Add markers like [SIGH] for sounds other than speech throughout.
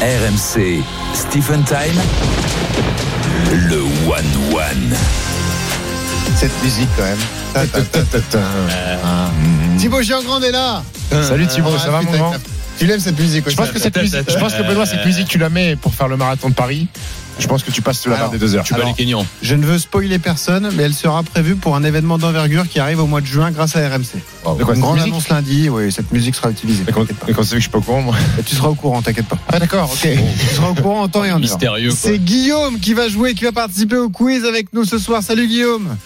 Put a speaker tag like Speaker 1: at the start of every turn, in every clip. Speaker 1: RMC, Stephen Time, le One One.
Speaker 2: Cette musique quand même. Ta, ta, ta, ta, ta. Thibaut Giangrand est là.
Speaker 3: Salut Thibaut,
Speaker 2: Ah,
Speaker 3: ça va
Speaker 2: putain,
Speaker 3: mon grand
Speaker 2: que- Tu l'aimes cette musique
Speaker 3: Je pense que cette musique, je pense que Benoît cette musique tu la mets pour faire le marathon de Paris. Je pense que tu passes sous la barre
Speaker 2: Alors,
Speaker 3: des deux heures.
Speaker 4: Tu bats les Kenyans.
Speaker 2: Je ne veux spoiler personne, mais elle sera prévue pour un événement d'envergure qui arrive au mois de juin grâce à RMC.
Speaker 3: De quoi
Speaker 2: Une
Speaker 3: cette
Speaker 2: grande
Speaker 3: musique
Speaker 2: annonce lundi, oui, cette musique
Speaker 3: [LAUGHS]
Speaker 2: sera utilisée.
Speaker 3: Mais comment
Speaker 2: t'inquiète
Speaker 3: mais comment ça fait que je suis pas au courant moi
Speaker 2: pas. Tu seras au courant, t'inquiète pas.
Speaker 3: Ah d'accord, ok.
Speaker 2: Tu seras au courant en temps et en heure.
Speaker 4: Mystérieux. quoi.
Speaker 2: C'est Guillaume qui va jouer, qui va participer au quiz avec nous ce soir. Salut Guillaume.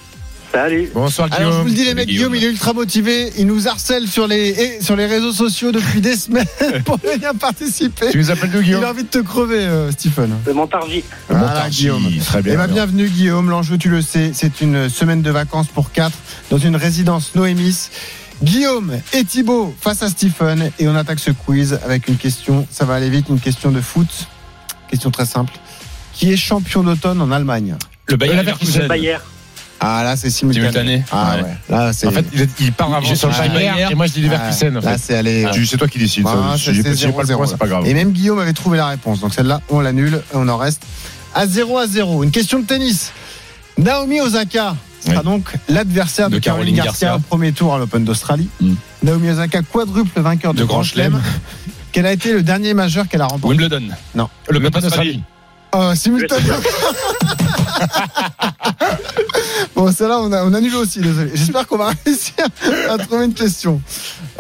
Speaker 5: Salut.
Speaker 3: Bonsoir
Speaker 2: Alors je vous le
Speaker 3: Guillaume.
Speaker 2: dis les mecs, Guillaume,
Speaker 4: Guillaume.
Speaker 2: il est ultra motivé, il nous harcèle sur les et sur les réseaux sociaux depuis des [LAUGHS] semaines pour venir participer.
Speaker 3: Tu nous appelles d'où
Speaker 2: Il a
Speaker 3: Guillaume
Speaker 2: envie de te crever, euh, Stephen.
Speaker 5: De Montargis.
Speaker 2: Voilà,
Speaker 3: Montargis,
Speaker 2: Ah, Guillaume.
Speaker 3: Très bien.
Speaker 2: Eh bien, bienvenue Guillaume. L'enjeu, tu le sais, c'est une semaine de vacances pour quatre dans une résidence Noémis. Guillaume et Thibaut face à Stephen et on attaque ce quiz avec une question. Ça va aller vite, une question de foot. Question très simple. Qui est champion d'automne en Allemagne
Speaker 4: Le Bayern
Speaker 3: Le Leverkusen.
Speaker 4: Leverkusen.
Speaker 5: Euh, Bayer.
Speaker 2: Ah là, c'est simultané.
Speaker 4: Simultané.
Speaker 2: Ah ouais.
Speaker 4: Ouais.
Speaker 2: Là, c'est.
Speaker 3: En fait, il, est- il part avant
Speaker 4: Je
Speaker 3: sur le
Speaker 4: suis
Speaker 3: Bayern
Speaker 4: Bayern.
Speaker 3: et moi je dis Leverkusen.
Speaker 2: Ah,
Speaker 3: en
Speaker 2: Là,
Speaker 3: fait.
Speaker 2: c'est allé.
Speaker 3: Tu- C'est toi qui décides. ça.
Speaker 2: Ah,
Speaker 3: Si j'ai
Speaker 2: c'est
Speaker 3: pas- si j'ai pas le
Speaker 2: 0-0,
Speaker 3: point, c'est pas grave.
Speaker 2: Et même Guillaume avait trouvé la réponse. Donc celle-là, on l'annule et on en reste à 0 à 0. Une question de tennis. Naomi Osaka sera
Speaker 3: Oui.
Speaker 2: donc l'adversaire de,
Speaker 4: De
Speaker 2: Caroline
Speaker 4: Caroline
Speaker 2: Garcia,
Speaker 4: Garcia
Speaker 2: au premier tour à l'Open d'Australie.
Speaker 4: Mm.
Speaker 2: Naomi Osaka, quadruple vainqueur de
Speaker 4: De
Speaker 2: Grand
Speaker 4: Grand
Speaker 2: Chelem. Quel a été le dernier majeur qu'elle a remporté
Speaker 4: Wimbledon.
Speaker 2: Non.
Speaker 4: Le
Speaker 3: Open
Speaker 4: Open d'Australie.
Speaker 2: Euh, Simultanément. [LAUGHS] bon, celle-là, on, a- on annule aussi, désolé. J'espère qu'on va réussir à trouver une question.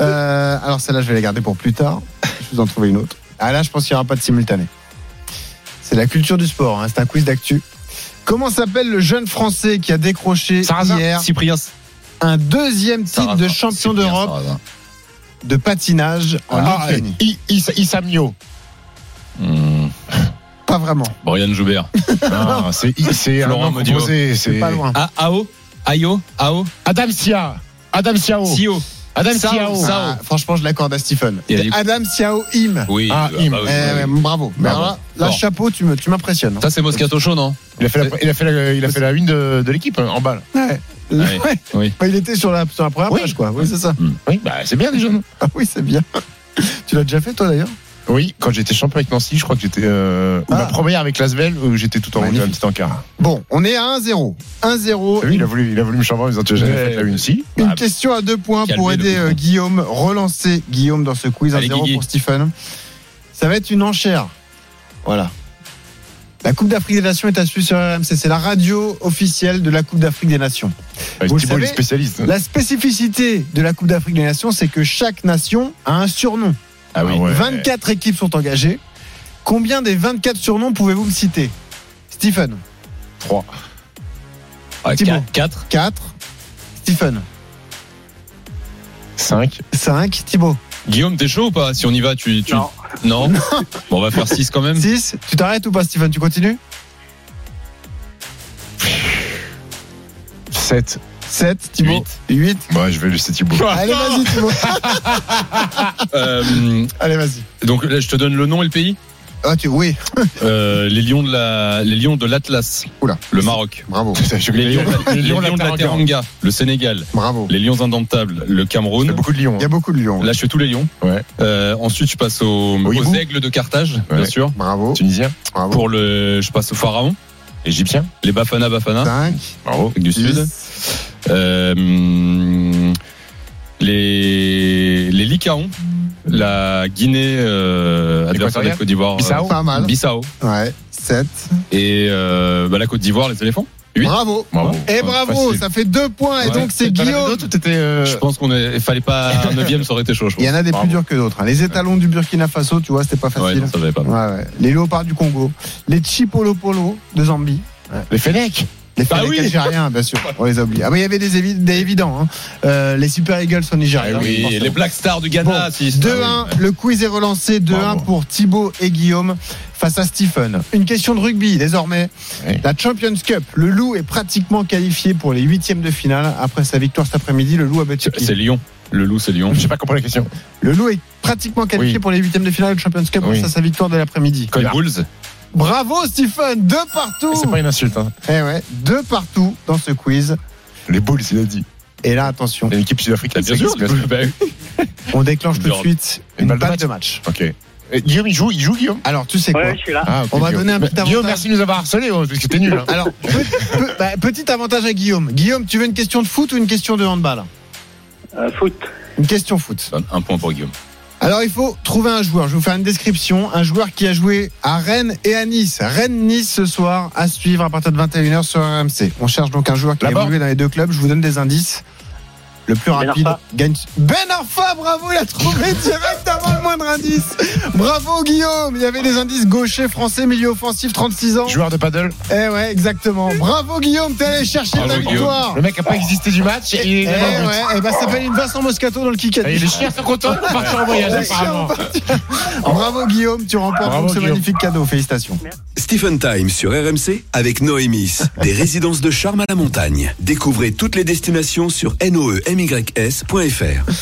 Speaker 2: Euh, alors, celle-là, je vais la garder pour plus tard. Je vous en trouver une autre. Ah là, je pense qu'il n'y aura pas de simultané. C'est la culture du sport, hein, c'est un quiz d'actu. Comment s'appelle le jeune Français qui a décroché
Speaker 3: Sarrazin
Speaker 2: hier
Speaker 4: Ah, Cyprien.
Speaker 2: un deuxième titre
Speaker 4: Sarrazin.
Speaker 2: de champion
Speaker 4: Cyprien
Speaker 2: d'Europe
Speaker 4: Sarrazin.
Speaker 2: de patinage en
Speaker 3: Ah,
Speaker 2: Lituanie
Speaker 3: I- Is- Isamio.
Speaker 4: Hmm.
Speaker 2: Pas vraiment, [LAUGHS]
Speaker 4: Brian Joubert.
Speaker 3: Ah, C'est I- c'est un
Speaker 4: Florent
Speaker 3: nom
Speaker 4: Maudio.
Speaker 3: composé.
Speaker 2: c'est
Speaker 3: C'est
Speaker 2: pas loin.
Speaker 4: Ah, Ao. Ayo. Ao.
Speaker 3: Adam Sia. Adam Siao.
Speaker 4: Sio.
Speaker 3: Adam
Speaker 4: Sao,
Speaker 3: Siao.
Speaker 4: Sao.
Speaker 2: Ah, franchement, je l'accorde à Stephen.
Speaker 4: Il a
Speaker 2: C'est
Speaker 4: dit-
Speaker 2: Adam Xiao Im.
Speaker 4: Oui.
Speaker 3: Ah,
Speaker 4: bah,
Speaker 3: Im.
Speaker 2: Eh
Speaker 4: bah oui, bah oui.
Speaker 2: ouais, bravo. Mais
Speaker 4: Bravo.
Speaker 2: alors là, là,
Speaker 4: Bon.
Speaker 2: chapeau, tu me- tu m'impressionnes. hein.
Speaker 4: Ça, c'est Moscato Show, non
Speaker 3: Il a fait la- il a fait la- il a fait la une de de l'équipe hein, en balle.
Speaker 2: Ouais.
Speaker 4: Ouais.
Speaker 2: [LAUGHS] Ouais.
Speaker 4: Ah Oui.
Speaker 2: Bah, il était sur la, sur la première
Speaker 3: Oui.
Speaker 2: page, quoi. Oui, c'est ça.
Speaker 3: Oui, bah c'est bien déjà. non
Speaker 2: Ah oui, c'est bien. [LAUGHS] Tu l'as déjà fait, toi, d'ailleurs
Speaker 3: Oui, quand j'étais champion avec Nancy, je crois que j'étais euh, ou
Speaker 2: Ah.
Speaker 3: ma première avec Lasvel où j'étais tout en rouge,
Speaker 2: Magnifique.
Speaker 3: un petit encart.
Speaker 2: Bon, on est à 1-0. 1-0.
Speaker 3: T'as vu, il a voulu, il a voulu me chambrer en disant tu as jamais
Speaker 4: Ouais.
Speaker 3: fait la une si.
Speaker 2: Une
Speaker 4: Ah,
Speaker 2: question à deux points pour
Speaker 4: calmez le
Speaker 2: aider
Speaker 4: bouffon.
Speaker 2: euh, Guillaume, relancer Guillaume dans ce quiz.
Speaker 4: Allez,
Speaker 2: 1-0
Speaker 4: Guigui.
Speaker 2: pour Stephen. Ça va être une enchère. Voilà. La Coupe d'Afrique des Nations est à suivre sur RMC. C'est la radio officielle de la Coupe d'Afrique des Nations.
Speaker 3: Ouais,
Speaker 2: Vous le
Speaker 3: Thibaut, il est
Speaker 2: savez,
Speaker 3: spécialiste.
Speaker 2: La spécificité de la Coupe d'Afrique des Nations, c'est que chaque nation a un surnom.
Speaker 3: Ah oui.
Speaker 2: 24 équipes sont engagées. Combien des 24 surnoms pouvez-vous me citer Stephen,
Speaker 3: 3.
Speaker 4: Ah,
Speaker 2: Thibaut.
Speaker 4: 4.
Speaker 2: 4. Stephen,
Speaker 3: 5.
Speaker 2: 5. Thibaut,
Speaker 4: Guillaume, t'es chaud ou pas Si on y va, tu. tu-
Speaker 5: Non.
Speaker 2: [LAUGHS]
Speaker 4: Non Bon, on va faire 6 quand même. [LAUGHS]
Speaker 2: 6. Tu t'arrêtes ou pas, Stephen Tu continues
Speaker 3: 7.
Speaker 2: 7. Thibaut, 8.
Speaker 3: Ouais, je vais laisser Thibaut.
Speaker 2: Allez, vas-y,
Speaker 4: [LAUGHS]
Speaker 2: Thibaut.
Speaker 4: Euh,
Speaker 2: Allez, vas-y.
Speaker 4: donc là, je te donne le nom et le pays.
Speaker 2: Ah, tu, oui,
Speaker 4: Euh, les lions de la, les lions de l'Atlas.
Speaker 2: Oula.
Speaker 4: Le Maroc.
Speaker 2: bravo,
Speaker 3: [LAUGHS] Je-
Speaker 4: Les lions, les lions de la
Speaker 3: Teranga.
Speaker 4: Teranga. Le Sénégal.
Speaker 2: bravo.
Speaker 4: Les lions indomptables. Le
Speaker 3: Il y a
Speaker 4: Cameroun.
Speaker 3: beaucoup de hein. lions.
Speaker 2: Il y a beaucoup de lions.
Speaker 4: Lâche tous les lions.
Speaker 3: Ouais.
Speaker 4: Euh, ensuite, je passe au-
Speaker 3: Au hibou.
Speaker 4: aux aigles de Carthage, bien
Speaker 3: Ouais.
Speaker 4: sûr.
Speaker 2: Bravo,
Speaker 3: Tunisien,
Speaker 2: bravo.
Speaker 4: Pour le, je passe au pharaon.
Speaker 3: égyptien.
Speaker 4: Les Bafana Bafana.
Speaker 2: 5.
Speaker 4: Bravo. Du Sud.
Speaker 2: 6.
Speaker 4: Euh, hum, les, les Lycaons. La Guinée, euh, adversaire de la
Speaker 3: Équatoriale.
Speaker 4: Côte d'Ivoire.
Speaker 3: Bissau.
Speaker 2: Pas
Speaker 4: euh,
Speaker 2: mal.
Speaker 4: Bissau.
Speaker 2: Ouais, 7.
Speaker 4: Et, euh, bah, la Côte d'Ivoire, les éléphants. Huit.
Speaker 2: Bravo.
Speaker 3: Bravo.
Speaker 2: Et
Speaker 4: Ouais,
Speaker 2: Eh, bravo,
Speaker 4: facile.
Speaker 2: ça fait 2 points. Et
Speaker 4: Ouais.
Speaker 2: donc, c'est
Speaker 3: T'en avais
Speaker 2: Guillaume.
Speaker 3: d'autres ou t'étais, euh,
Speaker 4: Je pense qu'on est- il fallait pas un neuvième, ça aurait été chaud. Je
Speaker 2: Il y en
Speaker 4: pense.
Speaker 2: a des
Speaker 3: Bravo.
Speaker 2: plus durs que d'autres. hein. Les étalons du Burkina Faso, tu vois, c'était pas
Speaker 4: Ouais,
Speaker 2: facile.
Speaker 4: non, ça j'avais pas.
Speaker 2: Ouais, ouais. Les léopards du Congo, les chipolopolo de Zambie,
Speaker 3: Les Fenech.
Speaker 2: les
Speaker 4: Bah
Speaker 2: Fennecs
Speaker 4: oui.
Speaker 2: algériens, bien sûr, on les a oubliés. Ah, mais il y avait des, évi- des évidents, hein. Euh, les Super Eagles sont
Speaker 4: Ah
Speaker 2: nigériens.
Speaker 4: oui,
Speaker 2: forcément.
Speaker 4: les Black Stars du Ghana.
Speaker 2: Bon,
Speaker 4: si-
Speaker 2: 2-1,
Speaker 4: Ah oui,
Speaker 2: le quiz est relancé 2-1
Speaker 3: Bravo.
Speaker 2: pour Thibaut et Guillaume face à Stephen. Une question de rugby désormais.
Speaker 3: Oui.
Speaker 2: La Champions Cup, le Loup est pratiquement qualifié pour les huitièmes de finale. Après sa victoire cet après-midi, le Loup a battu
Speaker 4: ouais.
Speaker 2: qui
Speaker 4: C'est Lyon. Le loup, c'est Lyon.
Speaker 3: J'ai pas compris la question.
Speaker 2: Le Loup est pratiquement qualifié
Speaker 3: Oui.
Speaker 2: pour les huitièmes de finale de Champions Cup
Speaker 3: Oui.
Speaker 2: grâce à sa victoire de l'après-midi.
Speaker 4: Code Bulls.
Speaker 2: Bravo Stephen, deux partout.
Speaker 3: C'est pas une insulte. hein.
Speaker 2: Eh ouais, deux partout dans ce quiz.
Speaker 3: Les Bulls, il a dit.
Speaker 2: Et là, attention,
Speaker 3: L'équipe sud-africaine.
Speaker 4: Ah, Bien sûr.
Speaker 3: ça existe, bien sûr.
Speaker 4: [LAUGHS] Bah oui.
Speaker 2: on déclenche tout de
Speaker 4: Dur.
Speaker 2: suite
Speaker 3: Une
Speaker 2: une
Speaker 3: balle de
Speaker 2: balle
Speaker 3: match.
Speaker 2: de match.
Speaker 3: Ok. Euh, Guillaume, il joue, il joue Guillaume
Speaker 2: Alors, tu sais quoi
Speaker 5: Ouais, je suis là.
Speaker 3: Ah, ok,
Speaker 2: On va
Speaker 3: Guillaume.
Speaker 2: donner un petit
Speaker 3: Bah, Guillaume,
Speaker 2: avantage.
Speaker 3: merci de nous avoir harcelés, oh, parce que t'es nul. hein.
Speaker 2: Alors, pe- pe- bah, petit avantage à Guillaume. Guillaume, tu veux une question de foot ou une question de handball
Speaker 5: Euh, foot.
Speaker 2: Une question foot.
Speaker 4: Donne Un point pour Guillaume.
Speaker 2: Alors, il faut trouver un joueur. Je vais vous faire une description. Un joueur qui a joué à Rennes et à Nice. Rennes-Nice ce soir, à suivre à partir de 21h sur RMC. On cherche donc un joueur qui a
Speaker 3: Là-bas
Speaker 2: évolué dans les deux clubs. Je vous donne des indices. Le plus
Speaker 5: Ben
Speaker 2: rapide
Speaker 5: Arfa.
Speaker 2: gagne. Ben Arfa, bravo, il
Speaker 3: [LAUGHS]
Speaker 2: a trouvé direct avant le moindre indice. Bravo, Guillaume. Il y avait des indices gaucher, français, milieu offensif, 36 ans.
Speaker 3: Joueur de paddle.
Speaker 2: Eh ouais, exactement. Bravo, Guillaume. T'es allé chercher
Speaker 4: Bravo,
Speaker 2: ta
Speaker 4: Guillaume.
Speaker 2: victoire.
Speaker 3: Le mec a pas existé du match et il
Speaker 2: Eh
Speaker 3: est dans le but.
Speaker 2: ouais, eh ben ça fait une Vincent Moscato dans le kick
Speaker 3: Et les chiens sont contents de partir en
Speaker 2: [LAUGHS]
Speaker 3: voyage,
Speaker 2: Les chiens
Speaker 3: apparemment.
Speaker 2: Bravo Guillaume, tu remportes
Speaker 3: Bravo,
Speaker 2: donc ce
Speaker 3: Guillaume.
Speaker 2: magnifique cadeau. Félicitations.
Speaker 1: Stephen Time sur RMC avec [LAUGHS] Noémis, des résidences E de charme à la montagne. Découvrez toutes les destinations sur noemys.fr.